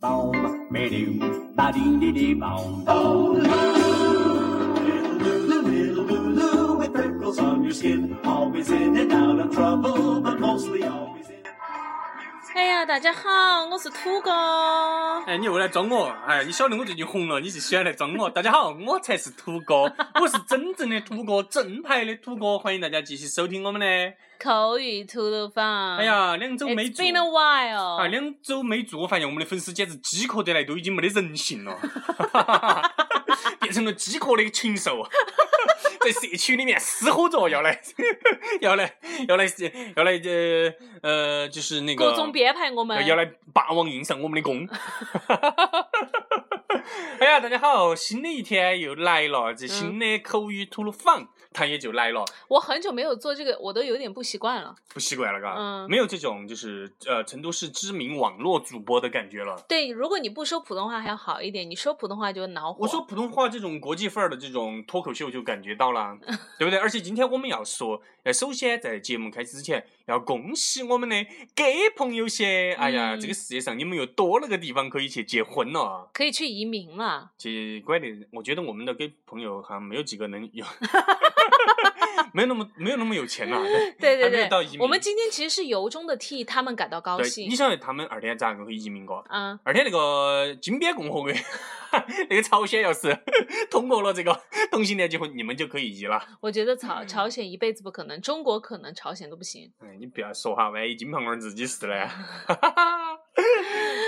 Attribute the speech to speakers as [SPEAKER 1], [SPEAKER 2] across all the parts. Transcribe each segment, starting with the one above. [SPEAKER 1] Boom, me doo, ba dee dee dee boom.
[SPEAKER 2] Oh, Lulu, Lulu, little Lulu, with freckles on your skin. Always in and out of trouble, but mostly always in.
[SPEAKER 3] 哎呀，大家好，我是土哥。
[SPEAKER 4] 哎，你又来装我！哎，你晓得我最近红了，你就喜欢来装我。大家好，我才是土哥，我是真正的土哥，正牌的土哥。欢迎大家继续收听我们的。
[SPEAKER 3] 口语吐鲁番。
[SPEAKER 4] 哎呀，两周没
[SPEAKER 3] ，It's
[SPEAKER 4] 做
[SPEAKER 3] been a
[SPEAKER 4] 啊，
[SPEAKER 3] while。
[SPEAKER 4] 两周没做，我发现我们的粉丝简直饥渴得来，都已经没得人性 了，变成了饥渴的禽兽， 在社区里面嘶吼着要来， 要来，要来，要来，呃，呃，就是那个
[SPEAKER 3] 各种编排我们。
[SPEAKER 4] 要来霸王硬上我们的弓。 哎呀，大家好，新的一天又来了，这新的口语吐鲁坊它也就来了，
[SPEAKER 3] 我很久没有做这个，我都有点不习惯了。
[SPEAKER 4] 不习惯了嘎，
[SPEAKER 3] 嗯
[SPEAKER 4] 没有这种就是呃成都市知名网络主播的感觉了。
[SPEAKER 3] 对，如果你不说普通话还要好一点，你说普通话就恼火。
[SPEAKER 4] 我说普通话这种国际范儿的这种脱口秀就感觉到 了，对不对？而且今天我们要说，呃，首先在节目开始之前，要恭喜我们的 gay 朋友些，哎呀，
[SPEAKER 3] 嗯
[SPEAKER 4] 这个世界上你们又多了个地方可以去结婚了啊。
[SPEAKER 3] 可以去移民了。
[SPEAKER 4] 奇怪的，我觉得我们的 gay 朋友好像没有几个能 有， 没有那么没有那么有钱了、
[SPEAKER 3] 对
[SPEAKER 4] 嗯还
[SPEAKER 3] 对
[SPEAKER 4] 没有到移
[SPEAKER 3] 对，
[SPEAKER 4] 民
[SPEAKER 3] 我们今天其实是由衷的替他们感到高
[SPEAKER 4] 对，
[SPEAKER 3] 兴
[SPEAKER 4] 你。晓得他们二天咋个去移民过？
[SPEAKER 3] 啊，
[SPEAKER 4] 二天那个金边共和国， 那个朝鲜要是 通过了这个同性恋结婚，你们就可以移了。
[SPEAKER 3] 我觉得朝
[SPEAKER 4] 嗯
[SPEAKER 3] 朝鲜一辈子不可能，中国可能，朝鲜都不行。
[SPEAKER 4] 哎，你不要说哈，万一金胖儿自己是呢？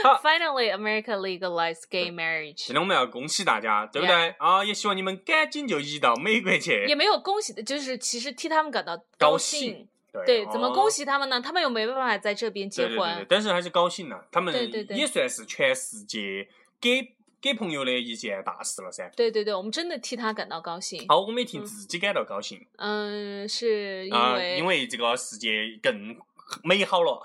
[SPEAKER 4] 好
[SPEAKER 3] Finally, America legalized gay marriage
[SPEAKER 4] 现。在我们要恭喜大家，对不对
[SPEAKER 3] Yeah
[SPEAKER 4] 啊，也希望你们赶紧就移到美国去。
[SPEAKER 3] 也没有恭喜的，就是其实替他们感到
[SPEAKER 4] 高
[SPEAKER 3] 兴。
[SPEAKER 4] 兴对
[SPEAKER 3] 对，怎么恭
[SPEAKER 4] 哦
[SPEAKER 3] 喜他们呢？他们又没办法在这边结
[SPEAKER 4] 对对对对
[SPEAKER 3] 婚，
[SPEAKER 4] 但是还是高兴了，他们
[SPEAKER 3] 对对对
[SPEAKER 4] 也算是全世界给给朋友的一件大事了噻。
[SPEAKER 3] 对对对，我们真的替他感到高兴。
[SPEAKER 4] 好，我们也替
[SPEAKER 3] 嗯
[SPEAKER 4] 自己感到高兴
[SPEAKER 3] 嗯，是因
[SPEAKER 4] 啊、
[SPEAKER 3] 为
[SPEAKER 4] 因为这个世界更美 好了。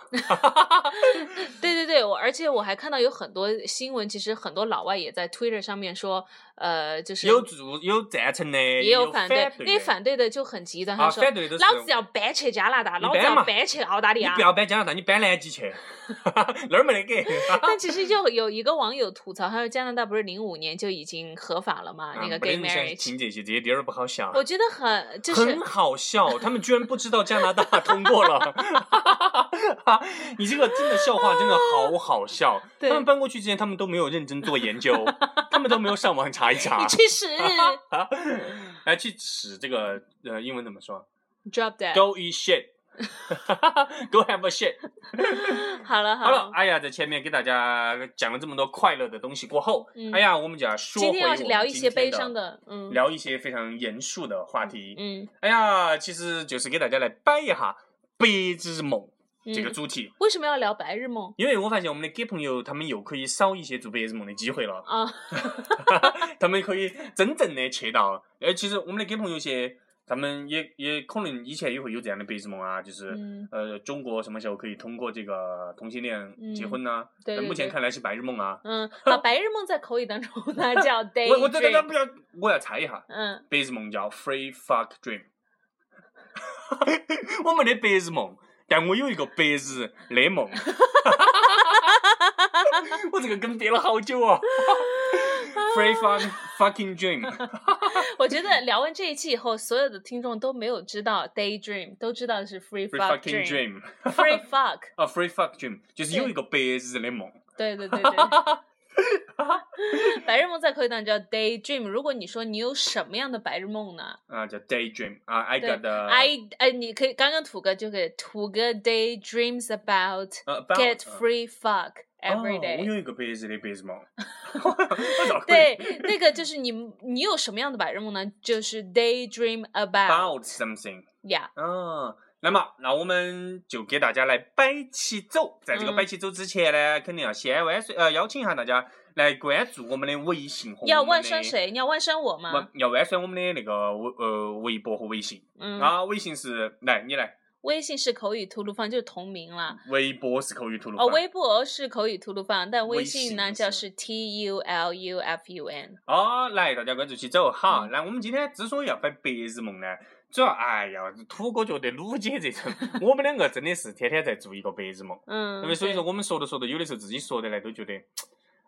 [SPEAKER 3] 对对对，我而且我还看到有很多新闻，其实很多老外也在 Twitter 上面说，呃，就是
[SPEAKER 4] 有主有赞成的，也
[SPEAKER 3] 也有
[SPEAKER 4] 反
[SPEAKER 3] 对，
[SPEAKER 4] 对
[SPEAKER 3] 那
[SPEAKER 4] 的。
[SPEAKER 3] 反对的就很极端，
[SPEAKER 4] 啊
[SPEAKER 3] 他说
[SPEAKER 4] 反对的是
[SPEAKER 3] 老子要搬去加拿大，
[SPEAKER 4] 你
[SPEAKER 3] 老子
[SPEAKER 4] 搬
[SPEAKER 3] 要
[SPEAKER 4] 嘛
[SPEAKER 3] 搬去澳大利
[SPEAKER 4] 你
[SPEAKER 3] 亚
[SPEAKER 4] 不。要搬加拿大，你搬南极去， 那儿没得给。
[SPEAKER 3] 但其 实就有一个网友吐槽，他说加拿大不是零五年就已经合法了嘛， 那
[SPEAKER 4] 啊
[SPEAKER 3] 个
[SPEAKER 4] 没
[SPEAKER 3] gay
[SPEAKER 4] 得人想
[SPEAKER 3] marriage，
[SPEAKER 4] 听这些，这些点儿不好笑。啊
[SPEAKER 3] 我觉得很就是
[SPEAKER 4] 很好笑，他们居然不知道加拿大通过了，你这个真的笑话真的好好笑。
[SPEAKER 3] 对
[SPEAKER 4] 他们搬过去之前，他们都没有认真做研 究，他们都没有上网查一查
[SPEAKER 3] 你。去死
[SPEAKER 4] 来去使这个呃英文怎么说
[SPEAKER 3] ，drop that。
[SPEAKER 4] ？Go eat shit 。Go have a shit。
[SPEAKER 3] 好了
[SPEAKER 4] 好
[SPEAKER 3] 好
[SPEAKER 4] 了，，哎呀，在前面给大家讲了这么多快乐的东西过后，
[SPEAKER 3] 嗯
[SPEAKER 4] 哎呀，我们就要说回
[SPEAKER 3] 今天要
[SPEAKER 4] 我们
[SPEAKER 3] 聊一些悲
[SPEAKER 4] 天
[SPEAKER 3] 伤的，嗯
[SPEAKER 4] 聊一些非常严肃的话题。
[SPEAKER 3] 嗯，
[SPEAKER 4] 哎呀，其实就是给大家来掰一下白日梦
[SPEAKER 3] 嗯
[SPEAKER 4] 这个主题，
[SPEAKER 3] 为什么要聊白日梦
[SPEAKER 4] 因为我发现我们的 gay 朋友他们又可以少一些做白日梦的机会了，
[SPEAKER 3] 啊？
[SPEAKER 4] 他们可以真正的去到。呃，其实我们的 gay 朋友些，他们也也可能以前也会有这样的白日梦啊，就是。
[SPEAKER 3] 嗯，
[SPEAKER 4] 呃，中国什么时候可以通过这个同性恋结婚呢、
[SPEAKER 3] 嗯对
[SPEAKER 4] 呃
[SPEAKER 3] 对
[SPEAKER 4] 目前
[SPEAKER 3] 对
[SPEAKER 4] 看来是白日梦啊。
[SPEAKER 3] 嗯，把白日梦在口语当中 它叫 day
[SPEAKER 4] 我我这这不要，我要猜一下，
[SPEAKER 3] 嗯，
[SPEAKER 4] 白日梦叫 free fuck dream。我没得白日梦，但我有一个白日 的梦。我这个梗憋了好久 哦。free fuck fucking dream。
[SPEAKER 3] 我觉得聊完这一期以后，所有的听众都没有知道 daydream，都知道的是 free
[SPEAKER 4] Free
[SPEAKER 3] fuck
[SPEAKER 4] fucking dream，
[SPEAKER 3] free fuck，
[SPEAKER 4] 啊、f r e e fuck dream，就是有一个白日的梦。
[SPEAKER 3] 对对对 对。白日梦在口语当中叫 daydream。如果你说你有什么样的白日梦呢？
[SPEAKER 4] 啊，叫 daydream 啊，I
[SPEAKER 3] 对
[SPEAKER 4] got the
[SPEAKER 3] ，I 哎，你可以刚刚土哥就可以，土哥 daydreams about
[SPEAKER 4] 呃 about，
[SPEAKER 3] get
[SPEAKER 4] 呃
[SPEAKER 3] free fuck every
[SPEAKER 4] 哦、我
[SPEAKER 3] day。
[SPEAKER 4] 有一个白日的白日梦。 我咋会
[SPEAKER 3] 对，那个就是你，你有什么样的白日梦呢？就是 daydream about，
[SPEAKER 4] ？About something。
[SPEAKER 3] 呀，
[SPEAKER 4] 啊，那么那我们就给大家来摆起走。在这个
[SPEAKER 3] 嗯
[SPEAKER 4] 摆起走之前呢，肯定要先万岁呃邀请一下大家来关注我们的微信和
[SPEAKER 3] 要
[SPEAKER 4] 我们
[SPEAKER 3] 万
[SPEAKER 4] 的
[SPEAKER 3] 拴谁？你要万拴我
[SPEAKER 4] 不
[SPEAKER 3] 吗？
[SPEAKER 4] 要弯酸我们的那个微呃微博和微信、
[SPEAKER 3] 嗯，
[SPEAKER 4] 啊，微信是来你来，
[SPEAKER 3] 微信是口语吐鲁番，就是同名啦。
[SPEAKER 4] 微博是口语吐鲁番
[SPEAKER 3] 哦，微博是口语吐鲁番，但微
[SPEAKER 4] 微
[SPEAKER 3] 信
[SPEAKER 4] 信
[SPEAKER 3] 呢
[SPEAKER 4] 是
[SPEAKER 3] 叫是 T U L U F U N。
[SPEAKER 4] 哦，来大家关注起走哈。
[SPEAKER 3] 嗯
[SPEAKER 4] 那我们今天之所以要摆白日梦呢，主要哎呀，土哥觉得鲁姐 这种，我们两个真的是天天在做一个白日梦。
[SPEAKER 3] 嗯，
[SPEAKER 4] 因为所以
[SPEAKER 3] 对
[SPEAKER 4] 说我们说着说着，有的时候自己说的呢，都觉得，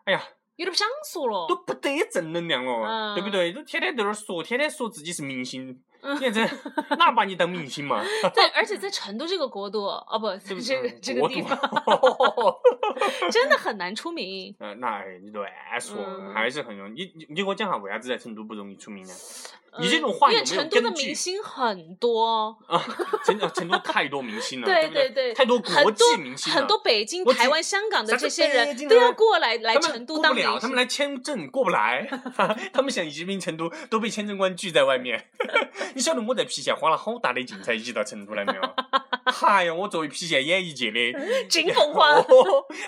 [SPEAKER 4] 哎呀，
[SPEAKER 3] 有点想死了
[SPEAKER 4] 都。不得正能量哦，
[SPEAKER 3] 嗯
[SPEAKER 4] 对不对？都天天在那儿说，天天说自己是明星，
[SPEAKER 3] 嗯
[SPEAKER 4] 现在哪把你当明星嘛？
[SPEAKER 3] 对，而且在成都这个国度，哦不，
[SPEAKER 4] 对不
[SPEAKER 3] 这个
[SPEAKER 4] 嗯
[SPEAKER 3] 这个
[SPEAKER 4] 国
[SPEAKER 3] 地
[SPEAKER 4] 度
[SPEAKER 3] 方真的很难出名。
[SPEAKER 4] 嗯，那你乱说，
[SPEAKER 3] 嗯
[SPEAKER 4] 还是很容易。你你你给我讲下为啥子在成都不容易出名呢？
[SPEAKER 3] 嗯
[SPEAKER 4] 你这种话
[SPEAKER 3] 因为
[SPEAKER 4] 有没有
[SPEAKER 3] 成都的
[SPEAKER 4] 根据
[SPEAKER 3] 明星很多，
[SPEAKER 4] 啊，成成都太多 明星了，
[SPEAKER 3] 对
[SPEAKER 4] 不
[SPEAKER 3] 对，
[SPEAKER 4] 太多
[SPEAKER 3] 很
[SPEAKER 4] 国际明星了，
[SPEAKER 3] 很多北京、
[SPEAKER 4] 我只
[SPEAKER 3] 台湾、香港的
[SPEAKER 4] 咱
[SPEAKER 3] 这
[SPEAKER 4] 们
[SPEAKER 3] 些
[SPEAKER 4] 北
[SPEAKER 3] 人
[SPEAKER 4] 京
[SPEAKER 3] 都要
[SPEAKER 4] 人
[SPEAKER 3] 过来来
[SPEAKER 4] 他们
[SPEAKER 3] 成都
[SPEAKER 4] 过
[SPEAKER 3] 当
[SPEAKER 4] 不
[SPEAKER 3] 明
[SPEAKER 4] 了，他
[SPEAKER 3] 星。
[SPEAKER 4] 们来签证过不来， 他们想移民成都都被签证官拒在外面。 你晓得我在郫县花了好大的劲才移到成都来没 有？嗨呀，我作为郫县演艺界的
[SPEAKER 3] 景凤 花
[SPEAKER 4] 哦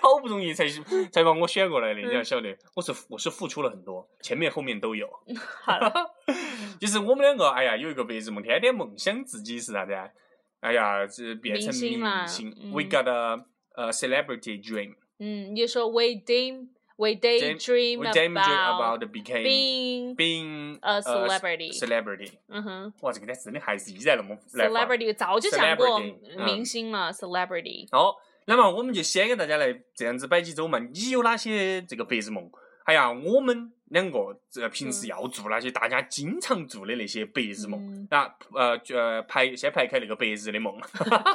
[SPEAKER 4] 好不容易才
[SPEAKER 3] 嗯
[SPEAKER 4] 才把我选过来的，你要晓得，我是我是付出了很多，前面后面都有。
[SPEAKER 3] 好 了，嗯
[SPEAKER 4] 就是我们两个，哎呀，有一个白日梦，天天梦想自己是啥子啊？哎呀，这变成
[SPEAKER 3] 明星啦
[SPEAKER 4] 明星。
[SPEAKER 3] 嗯
[SPEAKER 4] We got a a celebrity dream.
[SPEAKER 3] 嗯，你就说 we dream we daydream
[SPEAKER 4] We dream
[SPEAKER 3] about
[SPEAKER 4] about became
[SPEAKER 3] being
[SPEAKER 4] being
[SPEAKER 3] a
[SPEAKER 4] a
[SPEAKER 3] celebrity
[SPEAKER 4] Celebrity，
[SPEAKER 3] 嗯哼
[SPEAKER 4] 哇，这个单词你还是依然那么来发。
[SPEAKER 3] celebrity 早就讲过
[SPEAKER 4] Celebrity，嗯
[SPEAKER 3] 明星了 celebrity。
[SPEAKER 4] 好，那么我们就先给大家来这样子摆几周嘛。你有哪些这个白日梦？哎呀，我们两个这平时要做那些大家经常做的那些白日梦。
[SPEAKER 3] 嗯
[SPEAKER 4] 那呃就呃排先排开那个白日 的梦。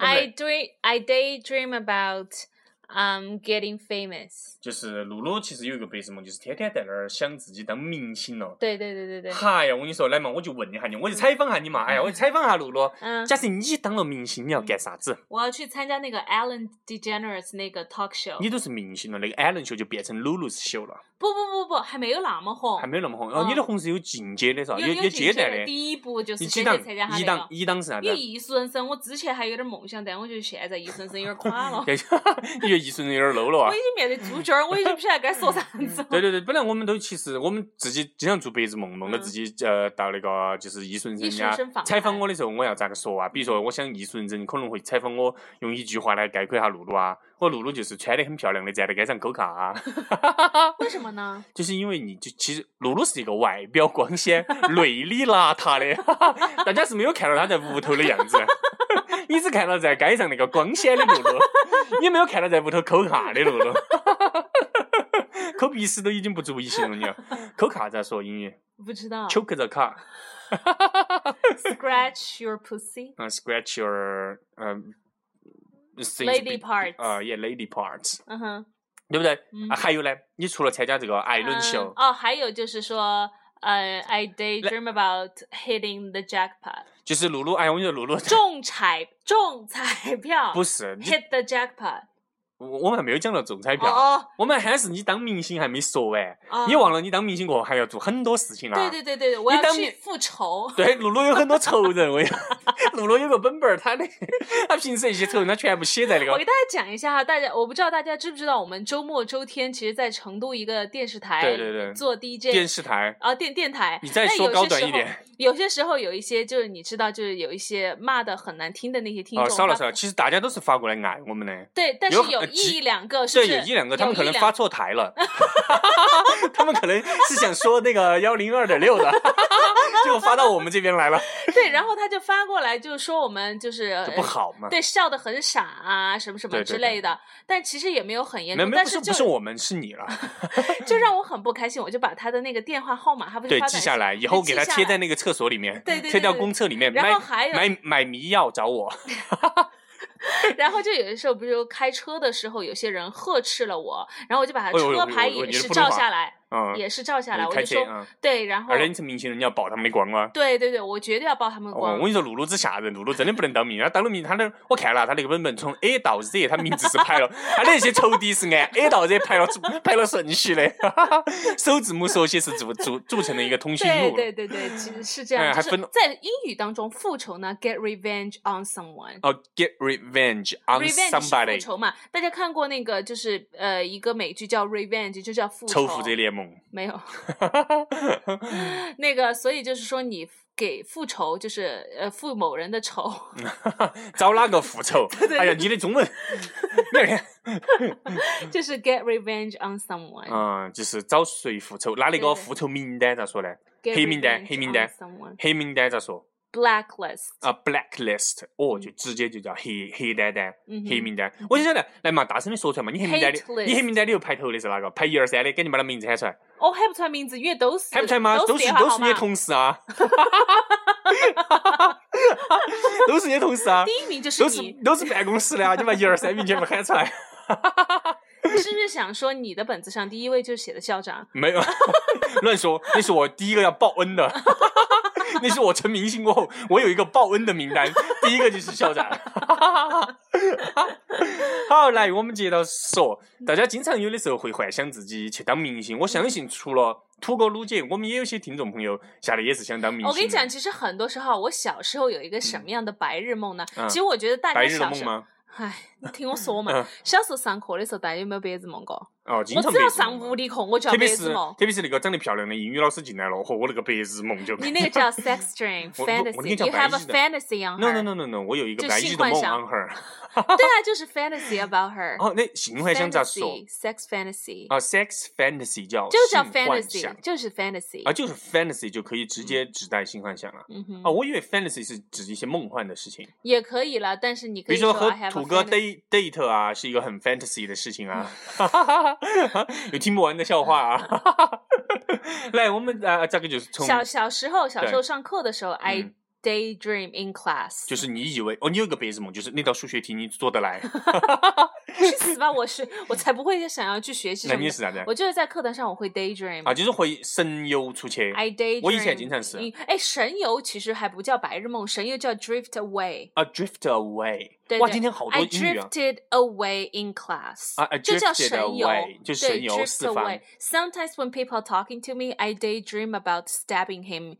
[SPEAKER 3] I dream I daydream about um getting famous。
[SPEAKER 4] 就是露露其实有一个白日梦，就是天天在那儿想自己当明星了。
[SPEAKER 3] 对对对对嗯对，
[SPEAKER 4] 嗨呀，我跟你说，来嘛，我就问一下你，我就采访下你嘛。哎呀，我就采访下露露。
[SPEAKER 3] 嗯，
[SPEAKER 4] 假设你当了明星，你要干啥子？
[SPEAKER 3] 我要去参加那个 Alan DeGeneres 那个 talk show。
[SPEAKER 4] 你都是明星了，那个 Allen 秀就变成露露秀了，
[SPEAKER 3] 不不不不，还没有那么红，
[SPEAKER 4] 还没有那么红。哦，
[SPEAKER 3] 嗯
[SPEAKER 4] 你的红是有进阶的，是吧？
[SPEAKER 3] 有
[SPEAKER 4] 有
[SPEAKER 3] 紧接
[SPEAKER 4] 接
[SPEAKER 3] 着
[SPEAKER 4] 待的。
[SPEAKER 3] 第一步就是
[SPEAKER 4] 你几
[SPEAKER 3] 接
[SPEAKER 4] 档
[SPEAKER 3] 着参加？他
[SPEAKER 4] 一
[SPEAKER 3] 那
[SPEAKER 4] 档
[SPEAKER 3] 个。
[SPEAKER 4] 一档是啥子。
[SPEAKER 3] 因？为艺术人生，我之前还有点梦想，但我觉得现在艺术人生有点垮了
[SPEAKER 4] 你觉得艺术人有点 low 了啊
[SPEAKER 3] 我已？经面对猪圈儿，我已经不晓得该说啥 子了。
[SPEAKER 4] 对对对，本来我们都其实我们自己经常做白日梦，弄到
[SPEAKER 3] 嗯
[SPEAKER 4] 自己呃到那个就是艺术人
[SPEAKER 3] 艺
[SPEAKER 4] 人
[SPEAKER 3] 术
[SPEAKER 4] 家
[SPEAKER 3] 生访
[SPEAKER 4] 采访
[SPEAKER 3] 谈
[SPEAKER 4] 我的时候，我要咋个说啊？比如说，我想艺术人人可能会采访我，用一句话来概括一下露露啊。我露露就是穿得很漂亮的，站在街上抠卡、啊，
[SPEAKER 3] 为什么呢？
[SPEAKER 4] 就是因为你就其实露露是一个外表光鲜、 内里邋遢的，大家是没有看到她在屋头的样子，你只看到在街上那个光鲜的露露，你没有看到在屋头抠卡的露露，抠鼻屎都已经不足以形容你了，抠卡咋说英语
[SPEAKER 3] 不知道。
[SPEAKER 4] ？choke the car。
[SPEAKER 3] Scratch your pussy,
[SPEAKER 4] 嗯 scratch your 嗯、things
[SPEAKER 3] lady
[SPEAKER 4] be-
[SPEAKER 3] parts
[SPEAKER 4] 啊、y e a h lady parts，
[SPEAKER 3] 嗯哼，
[SPEAKER 4] 对不对？
[SPEAKER 3] 嗯
[SPEAKER 4] 啊，还有呢，你除了参加这个艾伦
[SPEAKER 3] 嗯
[SPEAKER 4] 秀，
[SPEAKER 3] 哦，还有就是说，呃，I daydream about hitting the jackpot，
[SPEAKER 4] 就是露露，哎呀，我跟你说，露露
[SPEAKER 3] 中彩中彩票，
[SPEAKER 4] 不是你，
[SPEAKER 3] hit the jackpot。
[SPEAKER 4] 我我们还没有讲到中彩票，
[SPEAKER 3] 哦
[SPEAKER 4] 我们还是你当明星还没说完，
[SPEAKER 3] 哦，
[SPEAKER 4] 你忘了你当明星过后还要做很多事情啊。
[SPEAKER 3] 对对对对，我
[SPEAKER 4] 你
[SPEAKER 3] 要
[SPEAKER 4] 当
[SPEAKER 3] 去
[SPEAKER 4] 面
[SPEAKER 3] 复仇。
[SPEAKER 4] 对，露露有很多仇人，我跟你说 露露有个本本儿，她的她平时一些仇人，她全部写在那
[SPEAKER 3] 我
[SPEAKER 4] 个
[SPEAKER 3] 给大家讲一下哈，大家我不知道大家知不知道，我们周末周天其实，在成都一个电视台
[SPEAKER 4] 对对对
[SPEAKER 3] 做 DJ
[SPEAKER 4] 电视台。
[SPEAKER 3] 啊电电台。
[SPEAKER 4] 你再
[SPEAKER 3] 那
[SPEAKER 4] 说
[SPEAKER 3] 有
[SPEAKER 4] 高
[SPEAKER 3] 些
[SPEAKER 4] 端
[SPEAKER 3] 时
[SPEAKER 4] 一
[SPEAKER 3] 候
[SPEAKER 4] 点。
[SPEAKER 3] 有些时候有一些就是你知道，就是有一些骂的很难听的那些听
[SPEAKER 4] 哦，
[SPEAKER 3] 众，
[SPEAKER 4] 少了
[SPEAKER 3] 他
[SPEAKER 4] 少了，其实大家都是发过来爱我们的。
[SPEAKER 3] 对，但是
[SPEAKER 4] 有
[SPEAKER 3] 有
[SPEAKER 4] 很
[SPEAKER 3] 一
[SPEAKER 4] 几
[SPEAKER 3] 两个是不
[SPEAKER 4] 对，
[SPEAKER 3] 是？
[SPEAKER 4] 有一两个，他们
[SPEAKER 3] 有
[SPEAKER 4] 可
[SPEAKER 3] 一
[SPEAKER 4] 能
[SPEAKER 3] 两
[SPEAKER 4] 发错台 了，他们可能是想说那个幺零二点六的， 结果发到我们这边来了，
[SPEAKER 3] 对，然后他就发过来，就是说我们就是呃
[SPEAKER 4] 这不好嘛。
[SPEAKER 3] 对，笑得很傻啊，什么什么
[SPEAKER 4] 对对
[SPEAKER 3] 之
[SPEAKER 4] 对
[SPEAKER 3] 类的，但其实也没有很严
[SPEAKER 4] 没
[SPEAKER 3] 重，
[SPEAKER 4] 没
[SPEAKER 3] 但
[SPEAKER 4] 不是
[SPEAKER 3] 就
[SPEAKER 4] 不是我们是你了，
[SPEAKER 3] 就让我很不开心，我就把他的那个电话号码，他不是
[SPEAKER 4] 对，
[SPEAKER 3] 发
[SPEAKER 4] 记
[SPEAKER 3] 短
[SPEAKER 4] 下
[SPEAKER 3] 信
[SPEAKER 4] 来，以后给他
[SPEAKER 3] 记下
[SPEAKER 4] 贴
[SPEAKER 3] 来
[SPEAKER 4] 在那个厕所里面，
[SPEAKER 3] 对对对
[SPEAKER 4] 贴到
[SPEAKER 3] 对
[SPEAKER 4] 公厕里面，
[SPEAKER 3] 然
[SPEAKER 4] 买
[SPEAKER 3] 后还有
[SPEAKER 4] 买买迷药找我，
[SPEAKER 3] 然后就有的时候不是开车的时候，有些人呵斥了我，然后我就把他
[SPEAKER 4] 哎呦
[SPEAKER 3] 车
[SPEAKER 4] 呦
[SPEAKER 3] 牌
[SPEAKER 4] 呦呦
[SPEAKER 3] 也
[SPEAKER 4] 你
[SPEAKER 3] 是
[SPEAKER 4] 是不
[SPEAKER 3] 照
[SPEAKER 4] 懂
[SPEAKER 3] 下
[SPEAKER 4] 啊
[SPEAKER 3] 来，
[SPEAKER 4] 嗯，
[SPEAKER 3] 也是照下来，我
[SPEAKER 4] 开
[SPEAKER 3] 就
[SPEAKER 4] 车，
[SPEAKER 3] 说
[SPEAKER 4] 嗯，
[SPEAKER 3] 对，然后
[SPEAKER 4] 而且你是明星人，你要曝他们的光啊。
[SPEAKER 3] 对对对，我绝对要曝他们
[SPEAKER 4] 哦，
[SPEAKER 3] 光
[SPEAKER 4] 我。跟你说，露露之吓人，露露真的不能当明星。她当了明星，她那我看了她那个本本，从 A 到 Z，她名字是排了，她的那些仇敌是按 A 到 Z 排了排了顺序的，首字母首先是组组组成了一个通讯
[SPEAKER 3] 对
[SPEAKER 4] 录。
[SPEAKER 3] 对对对，其实是这样，
[SPEAKER 4] 哎
[SPEAKER 3] 就
[SPEAKER 4] 还
[SPEAKER 3] 是
[SPEAKER 4] 分了
[SPEAKER 3] 在英语当中，复仇呢，get revenge on someone。
[SPEAKER 4] 哦、g e t revenge on
[SPEAKER 3] revenge 是复
[SPEAKER 4] somebody，
[SPEAKER 3] 仇嘛？大家看过那个就是呃一个美剧叫《Revenge》，就叫复仇。嗯
[SPEAKER 4] 仇富者联盟。
[SPEAKER 3] 没有那个，所以就是说你给复仇，就是呃复某人的仇。
[SPEAKER 4] 找哪个复仇？哎呀，你的中文，你
[SPEAKER 3] 哎
[SPEAKER 4] 看，
[SPEAKER 3] 就是 get revenge on someone，、
[SPEAKER 4] 嗯，就是找谁复仇？拿那
[SPEAKER 3] 对对嗯
[SPEAKER 4] 个复仇名单咋说呢？
[SPEAKER 3] get
[SPEAKER 4] 黑名单
[SPEAKER 3] revenge
[SPEAKER 4] 黑名单
[SPEAKER 3] on someone。
[SPEAKER 4] 黑名单咋说？
[SPEAKER 3] blacklist，
[SPEAKER 4] 啊，blacklist，哦，就直接就叫黑黑单单
[SPEAKER 3] 嗯、哼
[SPEAKER 4] 黑名单。我就晓得，来嘛，大声的说出来嘛，你黑名单里
[SPEAKER 3] Hate，list
[SPEAKER 4] 你黑名单里头排头的是哪个？排一二三的，赶紧把他名字喊出来。
[SPEAKER 3] 我哦喊不出来名字，因为都是
[SPEAKER 4] 喊不出来吗？都
[SPEAKER 3] 都
[SPEAKER 4] 是
[SPEAKER 3] 电话
[SPEAKER 4] 都
[SPEAKER 3] 号
[SPEAKER 4] 是你的
[SPEAKER 3] 码
[SPEAKER 4] 同 事啊，都是你的同事 啊，
[SPEAKER 3] 第一名就是
[SPEAKER 4] 都
[SPEAKER 3] 你，
[SPEAKER 4] 是都是办公室的啊，你把一二三名全部喊出来。
[SPEAKER 3] 你是不是想说你的本子上第一位就是写的校长？
[SPEAKER 4] 没有，乱说，那是我第一个要报恩的。那是我成明星过后，我有一个报恩的名单，第一个就是校长。 好，来，我们接着说，大家经常有的时候会幻想自己去当明星。我相信，除了土狗鲁姐，我们也有些听众朋友下来也是想当明星。啊
[SPEAKER 3] 我跟你讲，，其实很多时候，我小时候有一个什么样的白日梦呢？
[SPEAKER 4] 嗯
[SPEAKER 3] 其实我觉得大
[SPEAKER 4] 白
[SPEAKER 3] 家
[SPEAKER 4] 日的
[SPEAKER 3] 小
[SPEAKER 4] 梦
[SPEAKER 3] 时候，
[SPEAKER 4] 吗？
[SPEAKER 3] 哎，你听我说嘛
[SPEAKER 4] 嗯，
[SPEAKER 3] 小时候上课的时候，大家有没有白日梦过？
[SPEAKER 4] 哦，经
[SPEAKER 3] 我
[SPEAKER 4] 常
[SPEAKER 3] 只要
[SPEAKER 4] 白日
[SPEAKER 3] 上
[SPEAKER 4] 梦嘛
[SPEAKER 3] 物理课，我就要
[SPEAKER 4] 特
[SPEAKER 3] 白
[SPEAKER 4] 别是
[SPEAKER 3] 日梦。
[SPEAKER 4] 特别是那个长得漂亮的英语老师进来了，嚯，我那个白日梦就
[SPEAKER 3] 你那 个叫 sex dream
[SPEAKER 4] 我我我那个
[SPEAKER 3] fantasy，
[SPEAKER 4] 叫
[SPEAKER 3] you have
[SPEAKER 4] 白
[SPEAKER 3] a
[SPEAKER 4] 日的
[SPEAKER 3] fantasy on
[SPEAKER 4] no no
[SPEAKER 3] her。
[SPEAKER 4] no no no，我有一个
[SPEAKER 3] 就
[SPEAKER 4] 白日
[SPEAKER 3] 性
[SPEAKER 4] 的
[SPEAKER 3] 幻
[SPEAKER 4] 梦
[SPEAKER 3] 想
[SPEAKER 4] on her。
[SPEAKER 3] 对啊，就是 fantasy about her。
[SPEAKER 4] 哦，那性幻想咋说
[SPEAKER 3] fantasy sex fantasy，
[SPEAKER 4] 啊？sex fantasy 叫
[SPEAKER 3] 就叫
[SPEAKER 4] 性幻想
[SPEAKER 3] fantasy，就是 fantasy
[SPEAKER 4] 啊，。就是 fantasy 就可以直接指代性幻想了。
[SPEAKER 3] 嗯
[SPEAKER 4] 哦，
[SPEAKER 3] 哼，
[SPEAKER 4] 我以为 fantasy 是指一些梦幻的事情，
[SPEAKER 3] 也可以了，但是你可
[SPEAKER 4] 比
[SPEAKER 3] 以
[SPEAKER 4] 如说和
[SPEAKER 3] I have a
[SPEAKER 4] 土哥
[SPEAKER 3] fantasy
[SPEAKER 4] date date 啊，是一个很 fantasy 的事情啊，
[SPEAKER 3] 嗯
[SPEAKER 4] 有听不完的笑话啊。 来，我们啊，这个就是从
[SPEAKER 3] 小小时候，小时候
[SPEAKER 4] 对
[SPEAKER 3] 上课的时候，I
[SPEAKER 4] 嗯
[SPEAKER 3] daydream in class，
[SPEAKER 4] 就是你以为哦，你有个白日梦，就是那道数学题你做得来，
[SPEAKER 3] 去死吧！我是我才不会想要去学习
[SPEAKER 4] 那
[SPEAKER 3] 什么
[SPEAKER 4] 你
[SPEAKER 3] 的。
[SPEAKER 4] 是啥子？
[SPEAKER 3] 我就是在课堂上我会 daydream
[SPEAKER 4] 啊，就是会神游出去。
[SPEAKER 3] I daydream。
[SPEAKER 4] 我以前经常是啊
[SPEAKER 3] 嗯。哎，神游其实还不叫白日梦，神游叫 drift away。
[SPEAKER 4] 啊，drift away，
[SPEAKER 3] 对
[SPEAKER 4] 哇，
[SPEAKER 3] 对
[SPEAKER 4] 今天好多
[SPEAKER 3] I
[SPEAKER 4] 英语啊！
[SPEAKER 3] drifted away in class，
[SPEAKER 4] 啊，I
[SPEAKER 3] 这叫
[SPEAKER 4] drifted
[SPEAKER 3] 神游
[SPEAKER 4] away，，就神
[SPEAKER 3] 对
[SPEAKER 4] 游
[SPEAKER 3] ，drift
[SPEAKER 4] 四方
[SPEAKER 3] away。Sometimes when people are talking to me, I daydream about stabbing him。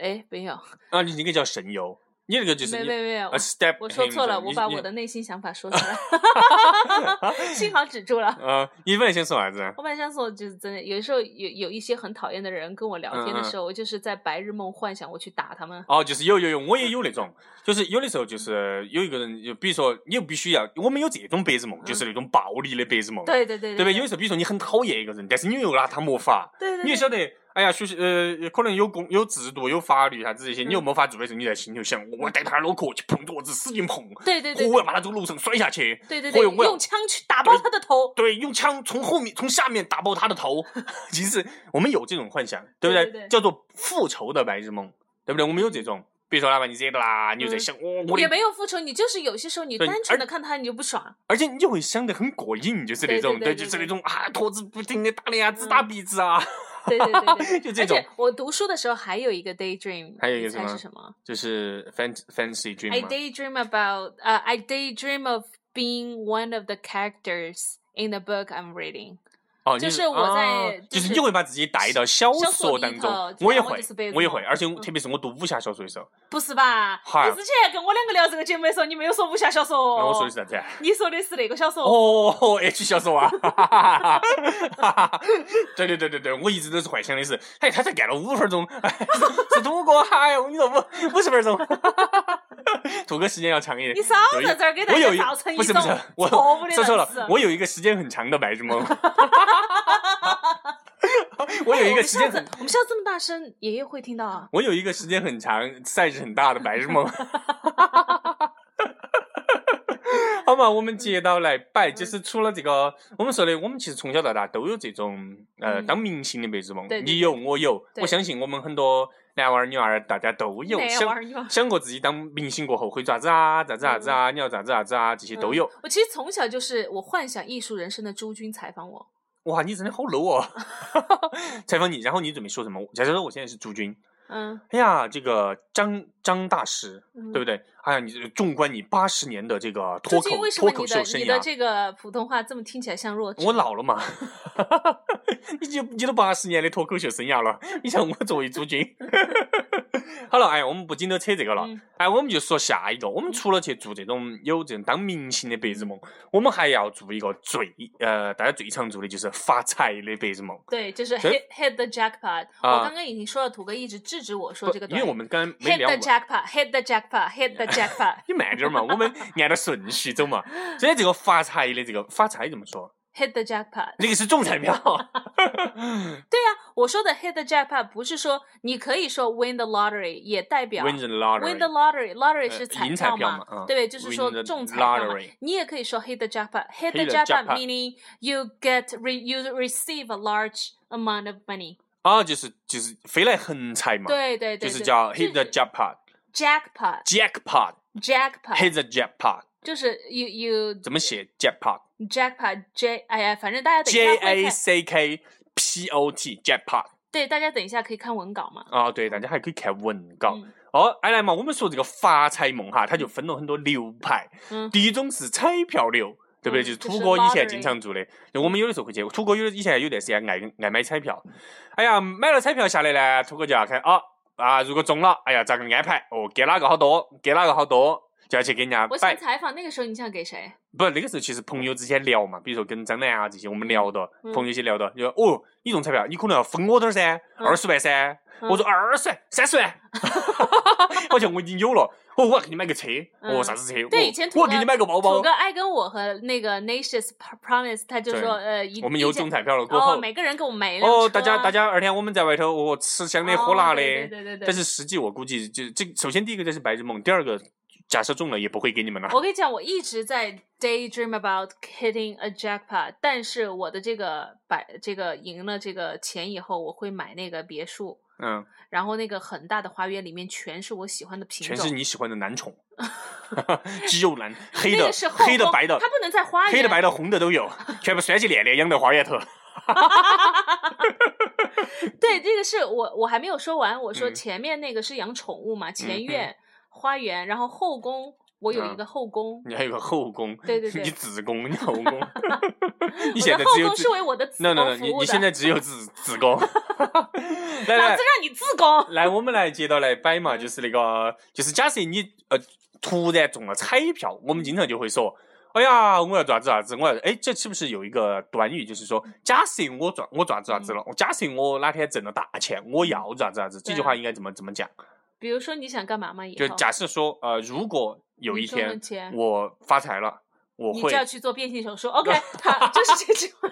[SPEAKER 3] 哎，没有，
[SPEAKER 4] 啊，你那个叫神游，你那个就是
[SPEAKER 3] 没
[SPEAKER 4] 你
[SPEAKER 3] 没没有
[SPEAKER 4] 啊，，step，
[SPEAKER 3] 我说错了，我把我的内心想法说出 来，幸好止住了。
[SPEAKER 4] 啊，你本来想说啥子？
[SPEAKER 3] 我本来上次我就是真的，有时候有有一些很讨厌的人跟我聊
[SPEAKER 4] 嗯
[SPEAKER 3] 天的时候，我就是在白日梦幻想我去打他们。
[SPEAKER 4] 哦，就是有有有，我也有那种，就是有的时候就是
[SPEAKER 3] 嗯
[SPEAKER 4] 有一个人，就比如说你又必须要，我们有这种白日梦，就是那种暴力的白日梦，
[SPEAKER 3] 嗯对对对
[SPEAKER 4] 对
[SPEAKER 3] 对
[SPEAKER 4] 不对？有的时候比如说你很讨厌一个人，但是你又拿他没法，
[SPEAKER 3] 对对
[SPEAKER 4] 你
[SPEAKER 3] 对
[SPEAKER 4] 又晓得，哎呀，学习呃，可能有公有制度、有法律啥子这些，
[SPEAKER 3] 嗯
[SPEAKER 4] 你又没法做的时候，你在心头想，我要带他脑壳去碰桌子，使劲碰，
[SPEAKER 3] 对对对
[SPEAKER 4] 我要把他从楼上摔下去，
[SPEAKER 3] 对对
[SPEAKER 4] 或
[SPEAKER 3] 对，
[SPEAKER 4] 者我要
[SPEAKER 3] 用枪去打爆他的头。
[SPEAKER 4] 对，用枪从后面从下面打爆他的头。 其实我们有这种幻想，对不
[SPEAKER 3] 对对对
[SPEAKER 4] 叫做复仇的白日梦，对不对？我们有这种，比如说他把你惹到啦，你就在想，哦，我
[SPEAKER 3] 嗯也
[SPEAKER 4] 的，
[SPEAKER 3] 没有复仇，你就是有些时候你
[SPEAKER 4] 对
[SPEAKER 3] 单纯
[SPEAKER 4] 而
[SPEAKER 3] 的看他你就不 爽，
[SPEAKER 4] 而且你就会想得很过瘾，就是那
[SPEAKER 3] 对对
[SPEAKER 4] 种，
[SPEAKER 3] 对对
[SPEAKER 4] 就是那
[SPEAKER 3] 对嗯
[SPEAKER 4] 种啊，坨子不停的打脸啊，只打鼻子啊，
[SPEAKER 3] 对对对对
[SPEAKER 4] 就这
[SPEAKER 3] 而
[SPEAKER 4] 种
[SPEAKER 3] 且，我读书的时候还有一个 daydream，
[SPEAKER 4] 还有一个
[SPEAKER 3] 你
[SPEAKER 4] 什
[SPEAKER 3] 猜
[SPEAKER 4] 么
[SPEAKER 3] 是什么
[SPEAKER 4] 就是 fan fancy dream
[SPEAKER 3] ？I
[SPEAKER 4] 嘛。
[SPEAKER 3] daydream about，呃、i daydream of being one of the characters in the book I'm reading。
[SPEAKER 4] 哦，
[SPEAKER 3] 就
[SPEAKER 4] 你
[SPEAKER 3] 是我在
[SPEAKER 4] 啊
[SPEAKER 3] 就
[SPEAKER 4] 就是
[SPEAKER 3] 是
[SPEAKER 4] 你就会把自己带到小
[SPEAKER 3] 小说
[SPEAKER 4] 说
[SPEAKER 3] 里
[SPEAKER 4] 当中
[SPEAKER 3] 头，
[SPEAKER 4] 我也
[SPEAKER 3] 哦然后
[SPEAKER 4] 会
[SPEAKER 3] 就是白日，
[SPEAKER 4] 我也
[SPEAKER 3] 梦
[SPEAKER 4] 会，而且我
[SPEAKER 3] 嗯哦
[SPEAKER 4] 特别是我读武侠小说的时候，
[SPEAKER 3] 不是吧？
[SPEAKER 4] 嗨
[SPEAKER 3] 你之前跟我两个聊这个节目的时候，你没有说武侠小说哦。
[SPEAKER 4] 那我说的是啥子啊？
[SPEAKER 3] 你说的是那个小说，
[SPEAKER 4] 哦，H 小说啊， 对对对对对，我一直都是幻想的是，哎，他才干了五分钟， 哎、是是土哥，哎呦，你说五五十分钟， 土哥时间要长一点。
[SPEAKER 3] 你少
[SPEAKER 4] 有一
[SPEAKER 3] 在这儿给大
[SPEAKER 4] 我有
[SPEAKER 3] 家
[SPEAKER 4] 一
[SPEAKER 3] 造成一
[SPEAKER 4] 不是
[SPEAKER 3] 种
[SPEAKER 4] 不是，我
[SPEAKER 3] 错误的
[SPEAKER 4] 说错了
[SPEAKER 3] 认识，
[SPEAKER 4] 我有一个时间很长的白日 梦， 我有一个时
[SPEAKER 3] 哎
[SPEAKER 4] 间
[SPEAKER 3] 我们下
[SPEAKER 4] 很
[SPEAKER 3] 次，我们笑这么大声，爷爷会听到啊。
[SPEAKER 4] 我有一个时间很长、赛事很大的白日梦。 好嘛，我们接到来摆，就是除了这个，我们说的，我们其实从小到大都有这种呃
[SPEAKER 3] 嗯
[SPEAKER 4] 当明星的白日梦，
[SPEAKER 3] 对对
[SPEAKER 4] 你
[SPEAKER 3] 对
[SPEAKER 4] 有我有，
[SPEAKER 3] 对
[SPEAKER 4] 我相信我们很多男娃儿女娃儿大家都有
[SPEAKER 3] 哪玩
[SPEAKER 4] 想
[SPEAKER 3] 儿嗯你玩儿
[SPEAKER 4] 想过自己当明星过后会咋子啊，咋子咋子啊，你要咋子咋子啊，这些都有。
[SPEAKER 3] 我其实从小就是我幻想艺术人生的朱军采访我，
[SPEAKER 4] 哇，你真的好 low 哦！ 采访你，然后你准备说什么？假设说我现在是朱军，
[SPEAKER 3] 嗯，
[SPEAKER 4] 哎呀，这个张张大师，
[SPEAKER 3] 嗯
[SPEAKER 4] 对不对？哎呀，你这纵观你八十年的这个
[SPEAKER 3] 朱
[SPEAKER 4] 脱口
[SPEAKER 3] 军为什
[SPEAKER 4] 脱
[SPEAKER 3] 么
[SPEAKER 4] 口
[SPEAKER 3] 你
[SPEAKER 4] 秀
[SPEAKER 3] 的
[SPEAKER 4] 生
[SPEAKER 3] 你的
[SPEAKER 4] 涯，
[SPEAKER 3] 这个普通话这么听起来像弱智？
[SPEAKER 4] 我老了嘛，你就你都八十年的脱口秀生涯了，你像我作为朱军， 好了，哎，我们不紧着扯这个了，
[SPEAKER 3] 嗯
[SPEAKER 4] 哎，我们就说下一个，我们除了去做这种有这种当明星的白日梦，我们还要做一个最呃大家最常做的就是发财的白日梦，
[SPEAKER 3] 对，就是
[SPEAKER 4] 谁
[SPEAKER 3] hit hit the jackpot。
[SPEAKER 4] 啊
[SPEAKER 3] 我刚刚已经说了，土哥一直制止我说
[SPEAKER 4] 不
[SPEAKER 3] 这个
[SPEAKER 4] 因
[SPEAKER 3] 短语，
[SPEAKER 4] 为我们刚刚没
[SPEAKER 3] hit
[SPEAKER 4] 聊
[SPEAKER 3] the
[SPEAKER 4] 完。
[SPEAKER 3] jackpot，hit the jackpot，hit the jackpot。
[SPEAKER 4] 你慢点儿嘛，我们按照顺序走嘛。所以这个发财的这个发财怎么说？
[SPEAKER 3] hit the jackpot。
[SPEAKER 4] 那个是中彩票，
[SPEAKER 3] 对呀、我说的 hit the jackpot 不是说你可以说 win the lottery，也代表
[SPEAKER 4] win the
[SPEAKER 3] win the
[SPEAKER 4] lottery，
[SPEAKER 3] lottery，lottery
[SPEAKER 4] 呃
[SPEAKER 3] 是彩
[SPEAKER 4] 赢彩票
[SPEAKER 3] 嘛
[SPEAKER 4] 嘛，嗯
[SPEAKER 3] 对不对？就是
[SPEAKER 4] win
[SPEAKER 3] 说
[SPEAKER 4] the
[SPEAKER 3] 中彩票嘛
[SPEAKER 4] lottery。
[SPEAKER 3] 你也可以说 hit the jackpot，hit the
[SPEAKER 4] hit the
[SPEAKER 3] jackpot
[SPEAKER 4] jackpot
[SPEAKER 3] meaning you get re you receive a large amount of money。
[SPEAKER 4] 啊，就是就是飞来横财嘛，
[SPEAKER 3] 对对
[SPEAKER 4] 就
[SPEAKER 3] 对，
[SPEAKER 4] 是
[SPEAKER 3] 对
[SPEAKER 4] 叫 hit the jackpot，jackpot，hit
[SPEAKER 3] jackpot jackpot，
[SPEAKER 4] hit the jackpot，
[SPEAKER 3] 就是 you you
[SPEAKER 4] 怎么写 jackpot？
[SPEAKER 3] jackpot j 哎呀，反正大家等一
[SPEAKER 4] J
[SPEAKER 3] 下会
[SPEAKER 4] A
[SPEAKER 3] 看，
[SPEAKER 4] C K P O T jackpot
[SPEAKER 3] 对，大家等一下可以看文稿嘛。
[SPEAKER 4] 啊，对，大家还可以看文稿。
[SPEAKER 3] 嗯
[SPEAKER 4] 哦，哎来嘛，我们说这个发财梦哈，它就分了很多流派。
[SPEAKER 3] 嗯
[SPEAKER 4] 第一种是彩票流，对不对？
[SPEAKER 3] 嗯
[SPEAKER 4] 就是
[SPEAKER 3] 就
[SPEAKER 4] 土
[SPEAKER 3] 是
[SPEAKER 4] 哥以前
[SPEAKER 3] lottery
[SPEAKER 4] 经常做的，就我们有的时候会去，土哥有的以前有段时间爱爱买彩票。哎呀，买了彩票下来呢，土哥就要看啊啊，如果中了，哎呀，咋个安排？哦，给哪个好多，给哪个好多，就要去给人家
[SPEAKER 3] 我想
[SPEAKER 4] 摆。
[SPEAKER 3] 采访那个时候，你想给谁？
[SPEAKER 4] 不，那个时候其实朋友之间聊嘛，比如说跟张楠啊这些，我们聊到、
[SPEAKER 3] 嗯
[SPEAKER 4] 朋友一起聊到，就说哦，你中彩票，你可能要分我点儿噻，
[SPEAKER 3] 嗯
[SPEAKER 4] 二十万噻。
[SPEAKER 3] 嗯
[SPEAKER 4] 我说二十万、三十万， 好像我已经有了。哦，我要给你买个车，
[SPEAKER 3] 嗯
[SPEAKER 4] 哦，啥子车？
[SPEAKER 3] 对
[SPEAKER 4] 哦
[SPEAKER 3] 以前土
[SPEAKER 4] 我
[SPEAKER 3] 哥
[SPEAKER 4] 给你买个包包
[SPEAKER 3] 土哥。爱跟我和那个 Nations Promise，他就说呃，一
[SPEAKER 4] 我们有
[SPEAKER 3] 一件
[SPEAKER 4] 中彩票了过
[SPEAKER 3] 哦，
[SPEAKER 4] 后，
[SPEAKER 3] 每个人给我买一辆
[SPEAKER 4] 哦，
[SPEAKER 3] 车
[SPEAKER 4] 大家
[SPEAKER 3] 啊
[SPEAKER 4] 大家二天我们在外头哦吃香的喝辣
[SPEAKER 3] 哦
[SPEAKER 4] 的，
[SPEAKER 3] 对对对对
[SPEAKER 4] 但是实际我估计就这，首先第一个就是白日梦，第二个假设中了也不会给你们了。
[SPEAKER 3] 我跟你讲，我一直在 daydream about hitting a jackpot，但是我的这个百这个赢了这个钱以后，我会买那个别墅，
[SPEAKER 4] 嗯，
[SPEAKER 3] 然后那个很大的花园里面全是我喜欢的品种，
[SPEAKER 4] 全是你喜欢的男 宠，肌肉男，黑
[SPEAKER 3] 那
[SPEAKER 4] 的
[SPEAKER 3] 个是后
[SPEAKER 4] 黑的
[SPEAKER 3] 宫
[SPEAKER 4] 白的，
[SPEAKER 3] 它不能在花园，
[SPEAKER 4] 黑的、白的、红的 都有，全部拴起链链养到花园头。
[SPEAKER 3] 对，这个是我我还没有说完。我说
[SPEAKER 4] 嗯
[SPEAKER 3] 前面那个是养宠物嘛，
[SPEAKER 4] 嗯
[SPEAKER 3] 前
[SPEAKER 4] 嗯
[SPEAKER 3] 院、花园，然后后宫，我有一
[SPEAKER 4] 嗯
[SPEAKER 3] 个后宫，
[SPEAKER 4] 你还有个后宫，
[SPEAKER 3] 对对对
[SPEAKER 4] 你子宫，你后宫，
[SPEAKER 3] 我
[SPEAKER 4] 你
[SPEAKER 3] 的
[SPEAKER 4] 现在
[SPEAKER 3] 后
[SPEAKER 4] 只有
[SPEAKER 3] 宫
[SPEAKER 4] 子
[SPEAKER 3] 是为我的子
[SPEAKER 4] ，no
[SPEAKER 3] 宫
[SPEAKER 4] no no，
[SPEAKER 3] 服
[SPEAKER 4] 你
[SPEAKER 3] 务
[SPEAKER 4] 你
[SPEAKER 3] 的
[SPEAKER 4] 现在只有子子宫。 来
[SPEAKER 3] 老
[SPEAKER 4] 来
[SPEAKER 3] 子让你自宫。
[SPEAKER 4] 来，我们来接到来摆嘛，就是那个，就是假设你呃突然中了彩票，我们经常就会说。哎呀，我要咋子咋子，我要哎，这是不是有一个短语，就是说，假设我赚我咋子咋子了，我假设我哪天挣了大钱，我要咋子咋子，这句
[SPEAKER 3] 嗯对啊
[SPEAKER 4] 话应该怎么怎么讲？
[SPEAKER 3] 比如说你想干嘛嘛？以
[SPEAKER 4] 就
[SPEAKER 3] 后
[SPEAKER 4] 假设说，呃，如果有
[SPEAKER 3] 你
[SPEAKER 4] 一
[SPEAKER 3] 中了
[SPEAKER 4] 天
[SPEAKER 3] 钱
[SPEAKER 4] 我发财了，我
[SPEAKER 3] 你
[SPEAKER 4] 会
[SPEAKER 3] 就要去做变性手 术。OK，他就是这句话。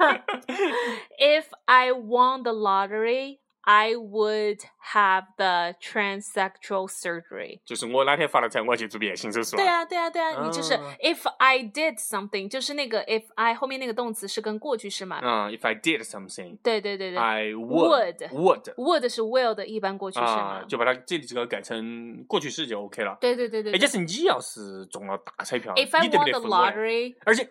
[SPEAKER 3] If I won the lottery, I would have the transsexual surgery.
[SPEAKER 4] 就是我哪天发了财，我要去做变性手术。
[SPEAKER 3] 对，啊，对啊，对啊，你就是
[SPEAKER 4] 啊
[SPEAKER 3] if I did something，就是那个 if I 后面那个动词是跟过去式嘛？
[SPEAKER 4] 嗯，If I did something,
[SPEAKER 3] 对对对对
[SPEAKER 4] I would
[SPEAKER 3] would
[SPEAKER 4] would
[SPEAKER 3] ，would 是 will 的一般过去式
[SPEAKER 4] 啊
[SPEAKER 3] 嘛，？
[SPEAKER 4] 就把它这里这个改成过去式就 OK 了。
[SPEAKER 3] 对对对对
[SPEAKER 4] 哎，
[SPEAKER 3] 对。
[SPEAKER 4] 但是你要是中了大彩票，
[SPEAKER 3] If I
[SPEAKER 4] 你对
[SPEAKER 3] won
[SPEAKER 4] 不对
[SPEAKER 3] the
[SPEAKER 4] 分我嘞？
[SPEAKER 3] lottery,
[SPEAKER 4] 而且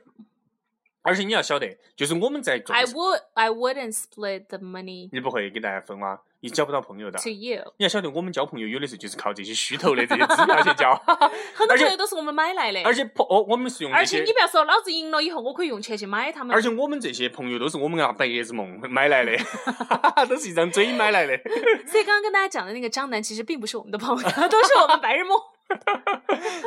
[SPEAKER 4] 而且你要晓得，就是我们在中，
[SPEAKER 3] I would I wouldn't split the money
[SPEAKER 4] 你不会给大家分啊，你交不到朋友的
[SPEAKER 3] to。you。
[SPEAKER 4] 你要晓得，我们交朋友有的时候就是靠这些虚头的这些支票去交，
[SPEAKER 3] 很多
[SPEAKER 4] 而且
[SPEAKER 3] 朋友都是我们买来的。
[SPEAKER 4] 而且朋哦，我们是用这
[SPEAKER 3] 而
[SPEAKER 4] 些
[SPEAKER 3] 且你不要说老子赢了以后，我可以用钱去买他们。
[SPEAKER 4] 而且我们这些朋友都是我们啊白日梦 买来的，都是一张嘴买来的。
[SPEAKER 3] 所以刚刚跟大家讲的那个张楠，其实并不是我们的朋 友，都是我们白日梦。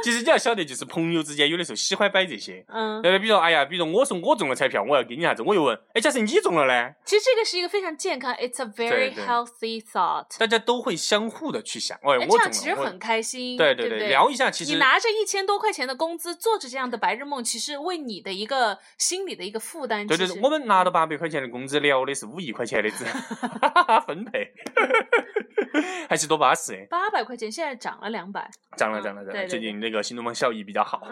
[SPEAKER 4] 其实你要晓得，就是朋友之间有的时候喜欢摆这些。
[SPEAKER 3] 嗯，
[SPEAKER 4] 呃，比如说，哎呀，比如说我说我中了彩票，我要给你啥子，我又问，哎，假设你中了呢？
[SPEAKER 3] 其实这个是一个非常健康，it's a very
[SPEAKER 4] 对对
[SPEAKER 3] healthy thought。
[SPEAKER 4] 大家都会相互的去想，哎，
[SPEAKER 3] 哎
[SPEAKER 4] 我
[SPEAKER 3] 这
[SPEAKER 4] 中
[SPEAKER 3] 样其实
[SPEAKER 4] 了，我
[SPEAKER 3] 很开心，
[SPEAKER 4] 对
[SPEAKER 3] 对
[SPEAKER 4] 对
[SPEAKER 3] 不
[SPEAKER 4] 聊一下，其实
[SPEAKER 3] 你拿着一千多块钱的工资，做着这样的白日梦，其实为你的一个心理的一个负担。
[SPEAKER 4] 对对
[SPEAKER 3] 其
[SPEAKER 4] 对，
[SPEAKER 3] 实
[SPEAKER 4] 我们拿到八百块钱的工资，聊的是五亿块钱的资 分配， 还是多巴适的。
[SPEAKER 3] 八百块钱现在涨了两百，
[SPEAKER 4] 涨了
[SPEAKER 3] 嗯
[SPEAKER 4] 涨了涨
[SPEAKER 3] 对
[SPEAKER 4] 了，
[SPEAKER 3] 对
[SPEAKER 4] 最
[SPEAKER 3] 对嗯
[SPEAKER 4] 近那个新东方效益比较好。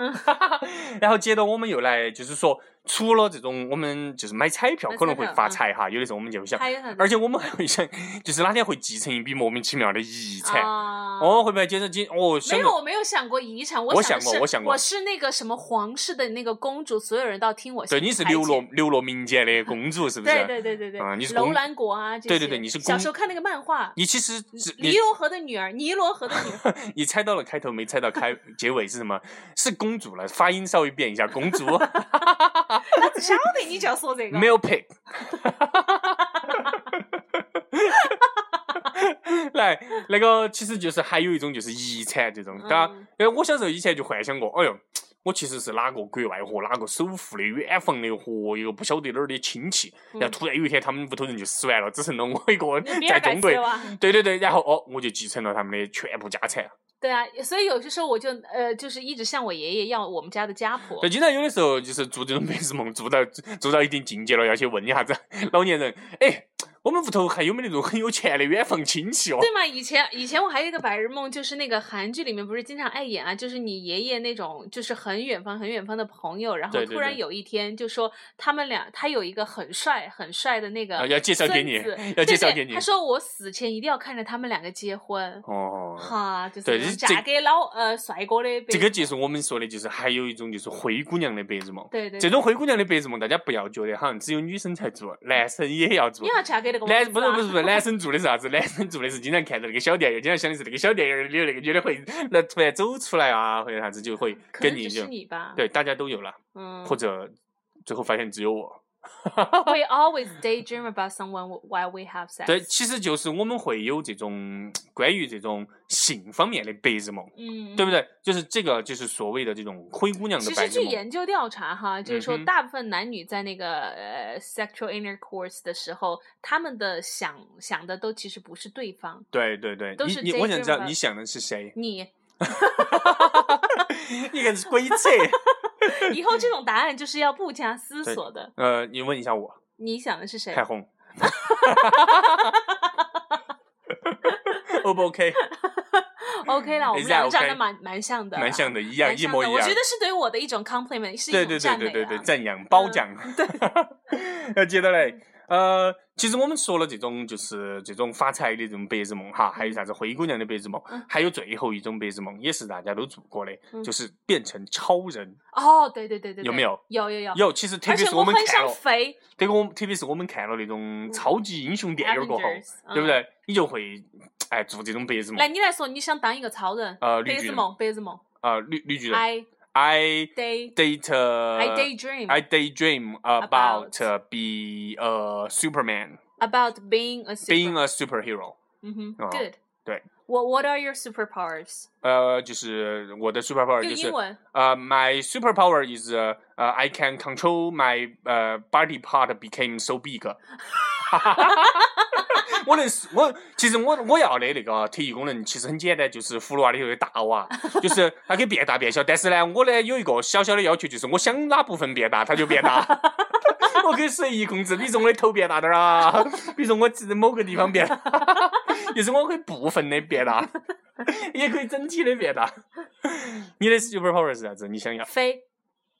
[SPEAKER 4] 然后接着我们又来，就是说，除了这种我们就是买彩票
[SPEAKER 3] 买
[SPEAKER 4] 可能会
[SPEAKER 3] 彩票
[SPEAKER 4] 发
[SPEAKER 3] 嗯
[SPEAKER 4] 财哈，有的时候我们就会想，
[SPEAKER 3] 还有很多
[SPEAKER 4] 而且我们还会想，就是哪天会继承一笔莫名其妙的遗产。
[SPEAKER 3] 啊。
[SPEAKER 4] 哦，会不会接着今哦，
[SPEAKER 3] 没
[SPEAKER 4] 想
[SPEAKER 3] 有，
[SPEAKER 4] 着
[SPEAKER 3] 我没有想过遗产，
[SPEAKER 4] 我
[SPEAKER 3] 想
[SPEAKER 4] 想过
[SPEAKER 3] 的是
[SPEAKER 4] 我想过
[SPEAKER 3] 是那个什么皇室的那个公主，所有人都要听我。
[SPEAKER 4] 对你是流落。流落民间的公主是不是？
[SPEAKER 3] 对对对对对，
[SPEAKER 4] 啊你是
[SPEAKER 3] 楼
[SPEAKER 4] 公
[SPEAKER 3] 兰国啊，这
[SPEAKER 4] 对对
[SPEAKER 3] 些
[SPEAKER 4] 对你是
[SPEAKER 3] 小
[SPEAKER 4] 公
[SPEAKER 3] 时候看那个漫画，
[SPEAKER 4] 你其实只
[SPEAKER 3] 尼
[SPEAKER 4] 你
[SPEAKER 3] 罗河的女儿，尼罗河的女儿，
[SPEAKER 4] 你猜到了开头，没猜到开结尾是什么？是公主了，发音稍微变一下，公 主
[SPEAKER 3] 我只晓得你就要说这个。
[SPEAKER 4] milk pig。来，那个其实就是还有一种就是遗产这种，当
[SPEAKER 3] 嗯
[SPEAKER 4] 然，因为我小时候以前就幻想过，哎呦，我其实是哪个国外和哪个首富的远房的和一个不晓得哪儿的亲戚，然后突然有一天他们屋头人就死完了，只剩了我一个人
[SPEAKER 3] 比
[SPEAKER 4] 在
[SPEAKER 3] 尔盖
[SPEAKER 4] 中
[SPEAKER 3] 茨
[SPEAKER 4] 国。
[SPEAKER 3] 哇，
[SPEAKER 4] 哦对对对，然后哦，我就继承了他们的全部家产，
[SPEAKER 3] 对啊，所以有些时候我就呃，就是一直向我爷爷要我们家的家谱
[SPEAKER 4] 对，。经常有的时候就是做这种白日梦，做到做到一定境界了，要去问一下子老年人，哎，我们屋头还有没得那种很有钱的远房亲戚哦？
[SPEAKER 3] 对嘛？以前以前我还有一个白日梦，就是那个韩剧里面不是经常爱演啊，就是你爷爷那种就是很远方很远方的朋友，然后
[SPEAKER 4] 对对
[SPEAKER 3] 突然
[SPEAKER 4] 对
[SPEAKER 3] 有一天就说他们俩他有一个很帅很帅的那个
[SPEAKER 4] 啊要介绍给
[SPEAKER 3] 孙
[SPEAKER 4] 你
[SPEAKER 3] 子
[SPEAKER 4] 要介
[SPEAKER 3] 对
[SPEAKER 4] 绍
[SPEAKER 3] 对
[SPEAKER 4] 给你
[SPEAKER 3] 他说我死前一定要看着他们两个结婚，
[SPEAKER 4] 哦，
[SPEAKER 3] 哈，就是
[SPEAKER 4] 对
[SPEAKER 3] 那种
[SPEAKER 4] 这
[SPEAKER 3] 嫁给老呃帅哥的呗。
[SPEAKER 4] 这个就是我们说的，就是还有一种就是灰姑娘的白日梦。
[SPEAKER 3] 对对，
[SPEAKER 4] 这
[SPEAKER 3] 对
[SPEAKER 4] 种灰姑娘的白日梦，大家不要觉得好像只有女生才做，男生也要做
[SPEAKER 3] 你。要嫁给那个
[SPEAKER 4] 男
[SPEAKER 3] 王
[SPEAKER 4] 不
[SPEAKER 3] 子
[SPEAKER 4] 是
[SPEAKER 3] 啊
[SPEAKER 4] 不是不是，男生做的是啥子？男生做的是经常看到那个小电影，经常想的是那个小电影里有那个女的会那突然走出来啊，或者啥子就会
[SPEAKER 3] 可
[SPEAKER 4] 跟
[SPEAKER 3] 能
[SPEAKER 4] 你
[SPEAKER 3] 只
[SPEAKER 4] 就是
[SPEAKER 3] 你啊吧，
[SPEAKER 4] 对，大家都有了，
[SPEAKER 3] 嗯，
[SPEAKER 4] 或者最后发现只有我。
[SPEAKER 3] we always daydream about someone while we have sex。
[SPEAKER 4] 对，其实就是我们会有这种关于这种性方面的白日梦，
[SPEAKER 3] 嗯，
[SPEAKER 4] 对不对？就是这个就是所谓的这种灰姑娘的
[SPEAKER 3] 其
[SPEAKER 4] 白
[SPEAKER 3] 实
[SPEAKER 4] 日
[SPEAKER 3] 据
[SPEAKER 4] 梦。
[SPEAKER 3] 研究调查哈，就是说
[SPEAKER 4] 嗯哼
[SPEAKER 3] 大部分男女在那个、呃 sexual intercourse 的时候，他们的想想的都其实不是对方，
[SPEAKER 4] 对对对
[SPEAKER 3] 都，是
[SPEAKER 4] 你你我
[SPEAKER 3] daydream
[SPEAKER 4] 想知道
[SPEAKER 3] 吧？
[SPEAKER 4] 你想的是谁
[SPEAKER 3] 你
[SPEAKER 4] 你个 是鬼扯！
[SPEAKER 3] 以后这种答案就是要不加思索的。
[SPEAKER 4] 呃，你问一下我，
[SPEAKER 3] 你想的是谁
[SPEAKER 4] 海？红。O 哦 不 OK？
[SPEAKER 3] OK 啦，我
[SPEAKER 4] Is
[SPEAKER 3] 们
[SPEAKER 4] that
[SPEAKER 3] 两个长得
[SPEAKER 4] okay？
[SPEAKER 3] 蛮蛮像的啊啦，
[SPEAKER 4] 蛮像的，一
[SPEAKER 3] 蛮像的，
[SPEAKER 4] 样一模一
[SPEAKER 3] 我
[SPEAKER 4] 样
[SPEAKER 3] 觉。得是对我的一种 compliment，是
[SPEAKER 4] 对
[SPEAKER 3] 一种
[SPEAKER 4] 对对
[SPEAKER 3] 赞美
[SPEAKER 4] 对
[SPEAKER 3] 啊。
[SPEAKER 4] 对对，赞扬褒 奖。 对，那接着嘞，呃，其实我们说了这种就是这种发财的这种白日梦哈，还有啥子灰姑娘的白日梦
[SPEAKER 3] 嗯，
[SPEAKER 4] 还有最后一种白日梦也是大家都做过的
[SPEAKER 3] 嗯，
[SPEAKER 4] 就是变成超人。
[SPEAKER 3] 哦，对对对对，对
[SPEAKER 4] 有没有？
[SPEAKER 3] 有有有。
[SPEAKER 4] 有，其实特
[SPEAKER 3] 而
[SPEAKER 4] 别
[SPEAKER 3] 且
[SPEAKER 4] 是我们
[SPEAKER 3] 很
[SPEAKER 4] 看
[SPEAKER 3] 想
[SPEAKER 4] 了，
[SPEAKER 3] 肥
[SPEAKER 4] 对我们特别是我们看了那种超级英雄电影过后，
[SPEAKER 3] Avengers，
[SPEAKER 4] 对不
[SPEAKER 3] 嗯
[SPEAKER 4] 对？你就会哎做这种白日梦
[SPEAKER 3] 来，。你来说，你想当一个超人？
[SPEAKER 4] 呃，
[SPEAKER 3] 白
[SPEAKER 4] 绿巨
[SPEAKER 3] 日
[SPEAKER 4] 人，
[SPEAKER 3] 梦，白日梦。
[SPEAKER 4] 呃，绿绿巨人
[SPEAKER 3] I
[SPEAKER 4] ，I
[SPEAKER 3] day
[SPEAKER 4] date
[SPEAKER 3] I
[SPEAKER 4] I
[SPEAKER 3] daydream
[SPEAKER 4] I daydream
[SPEAKER 3] About.
[SPEAKER 4] about uh, be a Superman,
[SPEAKER 3] about being a super.
[SPEAKER 4] being a superhero。
[SPEAKER 3] 嗯哼
[SPEAKER 4] 哦
[SPEAKER 3] ，good。
[SPEAKER 4] 对。
[SPEAKER 3] What What are your superpowers？
[SPEAKER 4] 呃，Uh, 就是我的 superpower
[SPEAKER 3] 用
[SPEAKER 4] 就是
[SPEAKER 3] 英文。
[SPEAKER 4] 呃，my superpower is 呃，I can control my 呃 body part became so big 。我能是，我其实我我要的那个特异功能其实很简单，就是葫芦娃里头的大娃， 就是它可以变大变小。但是呢，我呢有一个小小的要求，就是我想哪部分变大，它就 变大。我可以随意控制，比如说我的头变大点儿啊，比如说我指某个地方变大， 就是我可以部分的变大，也可以整体的变大。你的 superpower 是啥子？你想要
[SPEAKER 3] 飞，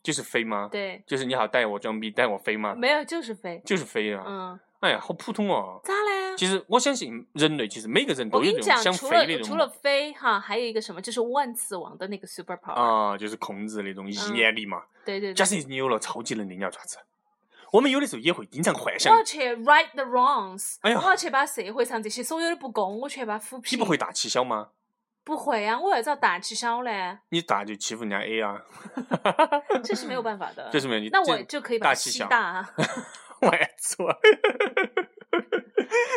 [SPEAKER 4] 就是飞吗？
[SPEAKER 3] 对，
[SPEAKER 4] 就是你好带我装逼，带我飞吗？
[SPEAKER 3] 没有就是飞。
[SPEAKER 4] 就是飞啊！
[SPEAKER 3] 嗯，
[SPEAKER 4] 哎呀，好普通哦。
[SPEAKER 3] 咋嘞？
[SPEAKER 4] 其实我相信人类，其实每个人
[SPEAKER 3] 我
[SPEAKER 4] 都
[SPEAKER 3] 跟
[SPEAKER 4] 有
[SPEAKER 3] 你
[SPEAKER 4] 这种
[SPEAKER 3] 讲，
[SPEAKER 4] 想
[SPEAKER 3] 除
[SPEAKER 4] 飞的
[SPEAKER 3] 了
[SPEAKER 4] 那
[SPEAKER 3] 除
[SPEAKER 4] 种
[SPEAKER 3] 了飞哈，还有一个什么，就是万磁王的那个 superpower。
[SPEAKER 4] 啊，就是控制那种意
[SPEAKER 3] 嗯
[SPEAKER 4] 念力嘛。
[SPEAKER 3] 对对
[SPEAKER 4] 假
[SPEAKER 3] 对。
[SPEAKER 4] 设你有了超级能力，你要咋子？我们有的时候也会经常幻
[SPEAKER 3] 我
[SPEAKER 4] 想
[SPEAKER 3] 要，去 right the wrongs，
[SPEAKER 4] 哎呀
[SPEAKER 3] 我要去把社会上这些所有的不公，我全把它抚
[SPEAKER 4] 你
[SPEAKER 3] 平。
[SPEAKER 4] 不会？大欺小吗？
[SPEAKER 3] 不会啊，我要遭大欺小嘞，
[SPEAKER 4] 你大就欺负人家 A 啊，
[SPEAKER 3] 这是没有办法的。
[SPEAKER 4] 这是没有。你
[SPEAKER 3] 嗯那
[SPEAKER 4] 这
[SPEAKER 3] 我就可以把
[SPEAKER 4] 大
[SPEAKER 3] 它
[SPEAKER 4] 欺
[SPEAKER 3] 吸
[SPEAKER 4] 小，
[SPEAKER 3] 大啊。
[SPEAKER 4] 我也错。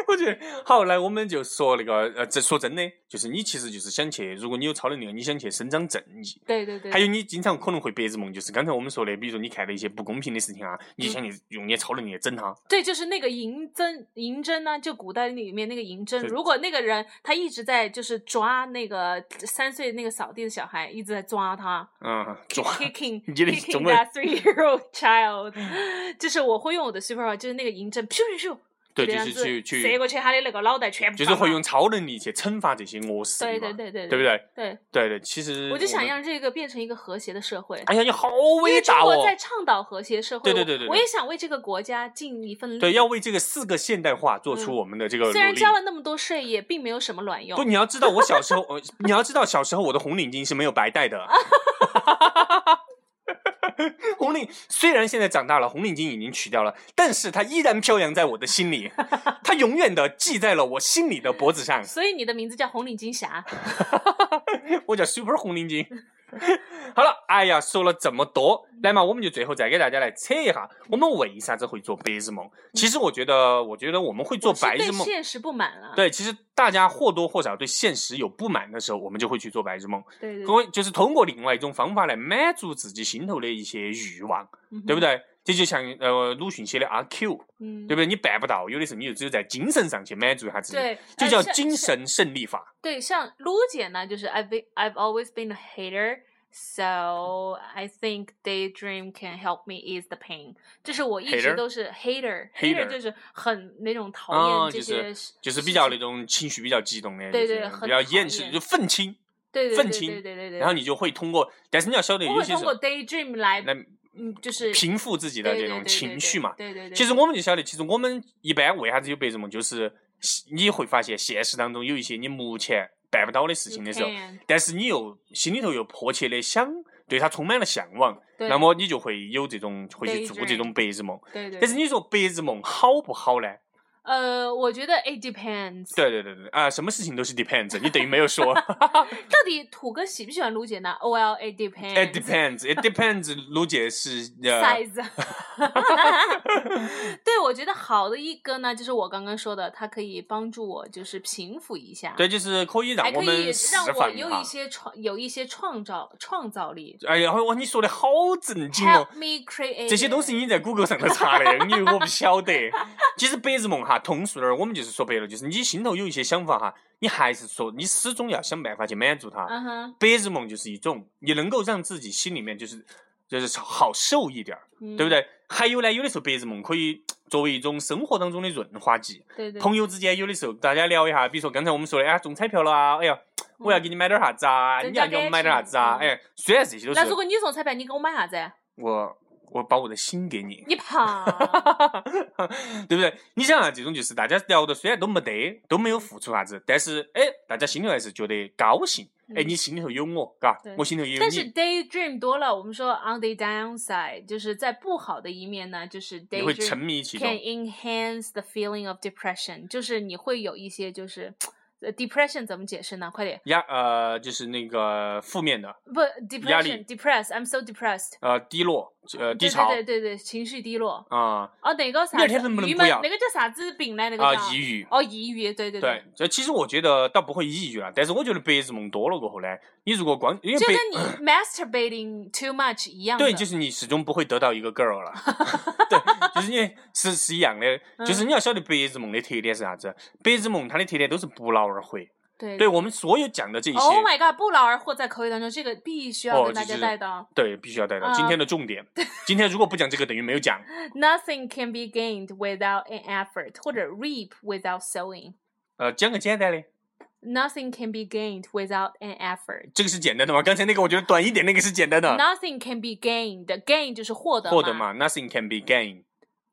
[SPEAKER 4] 我觉得好，来，我们就说那个呃，这说真的，就是你其实就是想去，如果你有超能力，你想去伸张正义。
[SPEAKER 3] 对对对。
[SPEAKER 4] 还有你经常可能会白日梦，就是刚才我们说的，比如说你看到一些不公平的事情啊，你想去用你的超能力整他。
[SPEAKER 3] 对，就是那个银针，银针呢，就古代里面那个银针。
[SPEAKER 4] 对
[SPEAKER 3] 如果那个人他一直在就是抓那个三岁那个扫地的小孩，一直在抓他
[SPEAKER 4] 嗯， 抓。
[SPEAKER 3] ，kicking
[SPEAKER 4] 你的
[SPEAKER 3] kicking
[SPEAKER 4] 中文
[SPEAKER 3] that three year old child，就是 我会用我的 superpower，就是那个银针，咻咻咻，
[SPEAKER 4] 对，
[SPEAKER 3] 这
[SPEAKER 4] 就
[SPEAKER 3] 样
[SPEAKER 4] 是
[SPEAKER 3] 子
[SPEAKER 4] 去
[SPEAKER 3] 射
[SPEAKER 4] 去，
[SPEAKER 3] 过去，他的那个脑袋全部
[SPEAKER 4] 就是会
[SPEAKER 3] 放
[SPEAKER 4] 用超能力去惩罚这些恶势
[SPEAKER 3] 大。
[SPEAKER 4] 力
[SPEAKER 3] 对
[SPEAKER 4] 嘛，
[SPEAKER 3] 对对对
[SPEAKER 4] 对不？对？
[SPEAKER 3] 对，
[SPEAKER 4] 对对，其实
[SPEAKER 3] 我就想
[SPEAKER 4] 们，
[SPEAKER 3] 让这个变成一个和谐的社会。
[SPEAKER 4] 哎呀，你好
[SPEAKER 3] 因为
[SPEAKER 4] 伟
[SPEAKER 3] 中
[SPEAKER 4] 大
[SPEAKER 3] 国
[SPEAKER 4] 哦！
[SPEAKER 3] 在倡导和谐社会，
[SPEAKER 4] 对对
[SPEAKER 3] 我
[SPEAKER 4] 对对对
[SPEAKER 3] 我也想为这个国家尽一份力。
[SPEAKER 4] 对，要为这个四个现代化做出
[SPEAKER 3] 嗯
[SPEAKER 4] 我们的这个努
[SPEAKER 3] 虽然
[SPEAKER 4] 力。
[SPEAKER 3] 交了那么多税，也并没有什么卵用。
[SPEAKER 4] 不，你要知道，我小时候，呃你要知道，小时候我的红领巾是没有白戴的。 红领虽然现在长大了，红领巾已经取掉了，但是它依然飘扬在我的心里，它永远的系在了我心里的脖子上。
[SPEAKER 3] 所以你的名字叫红领巾侠，
[SPEAKER 4] 我叫 Super 红领巾。 好了，哎呀，说了这么多，来嘛，我们就最后再给大家来扯一下，我们为啥子会做白日梦？其实我觉得，我觉得我们会做
[SPEAKER 3] 是
[SPEAKER 4] 白日
[SPEAKER 3] 对
[SPEAKER 4] 梦，
[SPEAKER 3] 现实不满了。
[SPEAKER 4] 对，其实大家或多或少对现实有不满的时候，我们就会去做白日梦，
[SPEAKER 3] 对对对，
[SPEAKER 4] 所以就是通过另外一种方法来满足自己心头的一些欲望，
[SPEAKER 3] 嗯哼
[SPEAKER 4] 对不？对？这就像呃鲁迅写的阿 Q，
[SPEAKER 3] 嗯，
[SPEAKER 4] 对不对？你办不到，有的时候你就只有在精神上去满足一下自己，
[SPEAKER 3] 对，
[SPEAKER 4] 就
[SPEAKER 3] 呃
[SPEAKER 4] 叫
[SPEAKER 3] 像
[SPEAKER 4] 精
[SPEAKER 3] 像
[SPEAKER 4] 神胜利法。
[SPEAKER 3] 对，像 Lu 姐呢，就是 I've been, I've always been a hater, so I think daydream can help me ease the pain。就是我一
[SPEAKER 4] Hater？
[SPEAKER 3] 直都是 hater，hater
[SPEAKER 4] Hater
[SPEAKER 3] 就是很那种讨
[SPEAKER 4] 哦
[SPEAKER 3] 厌这
[SPEAKER 4] 就是
[SPEAKER 3] 些事，
[SPEAKER 4] 就是比
[SPEAKER 3] 事
[SPEAKER 4] 较那
[SPEAKER 3] 情
[SPEAKER 4] 种情绪比较激动的，
[SPEAKER 3] 对
[SPEAKER 4] 就是
[SPEAKER 3] 对很
[SPEAKER 4] 比较
[SPEAKER 3] 讨
[SPEAKER 4] 厌气，
[SPEAKER 3] 厌
[SPEAKER 4] 就愤青。
[SPEAKER 3] 对对
[SPEAKER 4] 愤
[SPEAKER 3] 对
[SPEAKER 4] 青
[SPEAKER 3] 对对对对。
[SPEAKER 4] 然后你就会通过，但是你要晓得
[SPEAKER 3] 我
[SPEAKER 4] 有
[SPEAKER 3] 会
[SPEAKER 4] 些
[SPEAKER 3] 通
[SPEAKER 4] 时
[SPEAKER 3] 过
[SPEAKER 4] 候
[SPEAKER 3] daydream 来，
[SPEAKER 4] 来
[SPEAKER 3] 嗯，就是
[SPEAKER 4] 平复自己的
[SPEAKER 3] 对
[SPEAKER 4] 这
[SPEAKER 3] 对
[SPEAKER 4] 种
[SPEAKER 3] 对对
[SPEAKER 4] 情
[SPEAKER 3] 对
[SPEAKER 4] 绪嘛。
[SPEAKER 3] 对对对。
[SPEAKER 4] 其实
[SPEAKER 3] 对
[SPEAKER 4] 我们就晓得，其实我们一般为啥子有白日梦，就是你会发现现实当中有一些你目前办不到的事
[SPEAKER 3] you
[SPEAKER 4] 情的时候，
[SPEAKER 3] can，
[SPEAKER 4] 但是你又心里头又迫切的想对它充满了向往，
[SPEAKER 3] 对
[SPEAKER 4] 那么你就会有这种会去做这
[SPEAKER 3] Daydream
[SPEAKER 4] 种白日梦。
[SPEAKER 3] 对对。
[SPEAKER 4] 但是
[SPEAKER 3] 对
[SPEAKER 4] 你说白日梦好不好呢？
[SPEAKER 3] 呃，我觉得 it depends。
[SPEAKER 4] 对对对对啊、什么事情都是 depends，你等于没有说。
[SPEAKER 3] 到底土哥喜不喜欢 Lu 姐呢？Well, it depends.
[SPEAKER 4] It depends. It depends. 卢姐是呃，
[SPEAKER 3] size。对，我觉得好的一个呢，就是我刚刚说的，它可以帮助我就是平复一下，
[SPEAKER 4] 对，就是可以让
[SPEAKER 3] 还
[SPEAKER 4] 我
[SPEAKER 3] 可以
[SPEAKER 4] 们释
[SPEAKER 3] 让我
[SPEAKER 4] 放一
[SPEAKER 3] 有
[SPEAKER 4] 下
[SPEAKER 3] 一。些创有一些创造创造力。
[SPEAKER 4] 哎呀，哇，你说的好正经哦
[SPEAKER 3] Help。me create
[SPEAKER 4] 这些东西你在谷歌上头查的，你以为我不 晓得？其实白日梦哈，通俗点儿，我们就是说白了，就是你心头有一些想法哈，你还是说你始终要想办法去满足它。
[SPEAKER 3] 嗯哼，
[SPEAKER 4] 白日梦就是一种，你能够让自己心里面就是就是好受一点儿，
[SPEAKER 3] 嗯
[SPEAKER 4] 对不？对？还有呢，有的时候白日梦可以作为一种生活当中的润滑剂。
[SPEAKER 3] 对对，
[SPEAKER 4] 朋友之间有的时候大家聊一下，比如说刚才我们说的，哎呀，中彩票了啊，哎呀，
[SPEAKER 3] 嗯
[SPEAKER 4] 我要给你买点啥子啊，
[SPEAKER 3] 增
[SPEAKER 4] 你
[SPEAKER 3] 加
[SPEAKER 4] 要给我买点啥子啊，
[SPEAKER 3] 感情
[SPEAKER 4] 哎，虽然这些都
[SPEAKER 3] 嗯那如
[SPEAKER 4] 是
[SPEAKER 3] 果你中彩票，你给我买啥子？
[SPEAKER 4] 我我把我的心给你，
[SPEAKER 3] 你 胖，嗯
[SPEAKER 4] 对不对？你想啊，这种就是大家聊的虽然都没得，都没有付出啥子，但是哎，大家心里还是觉得高兴，哎，
[SPEAKER 3] 嗯
[SPEAKER 4] 你心里头有我，嘎
[SPEAKER 3] 对，
[SPEAKER 4] 我心里头也有
[SPEAKER 3] 但是
[SPEAKER 4] 你，
[SPEAKER 3] daydream 多了，我们说 on the downside，就是在不好的一面呢，就是
[SPEAKER 4] 你会沉
[SPEAKER 3] daydream
[SPEAKER 4] 迷其
[SPEAKER 3] can
[SPEAKER 4] 中。
[SPEAKER 3] enhance the feeling of depression，就是你会有一些就是呃 depression 怎么解释呢？快点，
[SPEAKER 4] 压呃，就是那个负面的，
[SPEAKER 3] 不
[SPEAKER 4] 压力
[SPEAKER 3] depression，depressed，I'm so depressed，
[SPEAKER 4] 呃，低落，呃，低
[SPEAKER 3] 嗯对
[SPEAKER 4] 潮
[SPEAKER 3] 对对对对，情绪低落。
[SPEAKER 4] 啊
[SPEAKER 3] 哦，哪个啥
[SPEAKER 4] 那
[SPEAKER 3] 子？
[SPEAKER 4] 天能不能
[SPEAKER 3] 郁
[SPEAKER 4] 不
[SPEAKER 3] 闷
[SPEAKER 4] 要
[SPEAKER 3] 那个叫啥子病来？那个
[SPEAKER 4] 啊
[SPEAKER 3] 叫，
[SPEAKER 4] 抑郁，
[SPEAKER 3] 哦，抑郁，对对
[SPEAKER 4] 对，这其实我觉得倒不会抑郁了，但是我觉得白日梦多了过后呢，你如果光因为
[SPEAKER 3] 就
[SPEAKER 4] 白
[SPEAKER 3] 跟你 masturbating too much 一样的。
[SPEAKER 4] 对，就是你始终不会得到一个 girl 了，对，就是因为是是一样的，
[SPEAKER 3] 嗯
[SPEAKER 4] 就是你要晓得白日梦的特点是啥子，白日梦它的特点都是不劳而获，
[SPEAKER 3] 对
[SPEAKER 4] 对我们所有讲的这些，
[SPEAKER 3] Oh my god！不劳而获在口语当中，这个必须要
[SPEAKER 4] 哦
[SPEAKER 3] 跟大
[SPEAKER 4] 就
[SPEAKER 3] 家
[SPEAKER 4] 是
[SPEAKER 3] 带到。
[SPEAKER 4] 对，必须要带
[SPEAKER 3] 嗯
[SPEAKER 4] 到今天的重 点，今天如果不讲这个等于没有讲，
[SPEAKER 3] Nothing can be gained without an effort，或者 reap without sowing。
[SPEAKER 4] 呃，讲个简单的，
[SPEAKER 3] Nothing can be gained without an effort。
[SPEAKER 4] 这个是简单的吗？刚才那个我觉得短一点那个是简单的，
[SPEAKER 3] Nothing can be gained，gain 就是获得
[SPEAKER 4] 获得嘛，nothing can be gained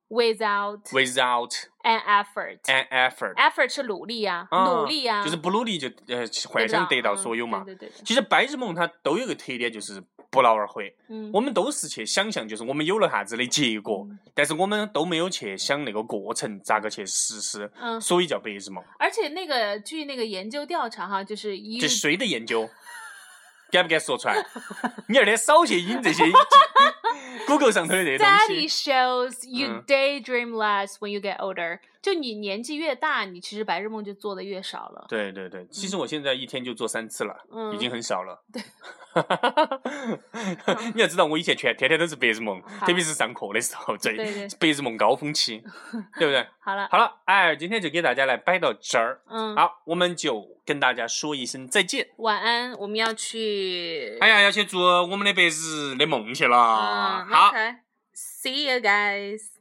[SPEAKER 3] ，without
[SPEAKER 4] without
[SPEAKER 3] an effort。
[SPEAKER 4] an effort，
[SPEAKER 3] effort 是努力呀，
[SPEAKER 4] 啊
[SPEAKER 3] 努力呀，
[SPEAKER 4] 就是不努力就呃
[SPEAKER 3] 嗯得
[SPEAKER 4] 幻想得到
[SPEAKER 3] 嗯
[SPEAKER 4] 所有嘛。
[SPEAKER 3] 对对对对，
[SPEAKER 4] 其实白日梦它都有个特点，就是不劳而获。
[SPEAKER 3] 嗯，
[SPEAKER 4] 我们都是去想象，就是我们有了啥子的结果，但是我们都没有去想那个过程咋个去实施，
[SPEAKER 3] 嗯，
[SPEAKER 4] 所以叫白日梦。
[SPEAKER 3] 而且那个据那个研究调查哈，就是
[SPEAKER 4] 这
[SPEAKER 3] you
[SPEAKER 4] 是谁的 研究？敢不敢说出来？你二天少去引这些 Google 上头的这些东
[SPEAKER 3] Study
[SPEAKER 4] 西。
[SPEAKER 3] shows you
[SPEAKER 4] 嗯
[SPEAKER 3] daydream less when you get older。就你年纪越大，你其实白日梦就做的越少了。
[SPEAKER 4] 对对对，其实我现在一天就做三次了，
[SPEAKER 3] 嗯，
[SPEAKER 4] 已经很少了。对， 你要知道，我以前全天天都是白日梦，
[SPEAKER 3] 好
[SPEAKER 4] 特别是上课的时候，最
[SPEAKER 3] 对对
[SPEAKER 4] 白日梦高峰期，对不对？
[SPEAKER 3] 好了，
[SPEAKER 4] 好了，哎，今天就给大家来掰到这儿。
[SPEAKER 3] 嗯，
[SPEAKER 4] 好，我们就跟大家说一声再见。
[SPEAKER 3] 晚安，我们要去。
[SPEAKER 4] 哎呀，要去做我们的白日的梦去了。
[SPEAKER 3] 嗯
[SPEAKER 4] 好。
[SPEAKER 3] ，OK，See you guys。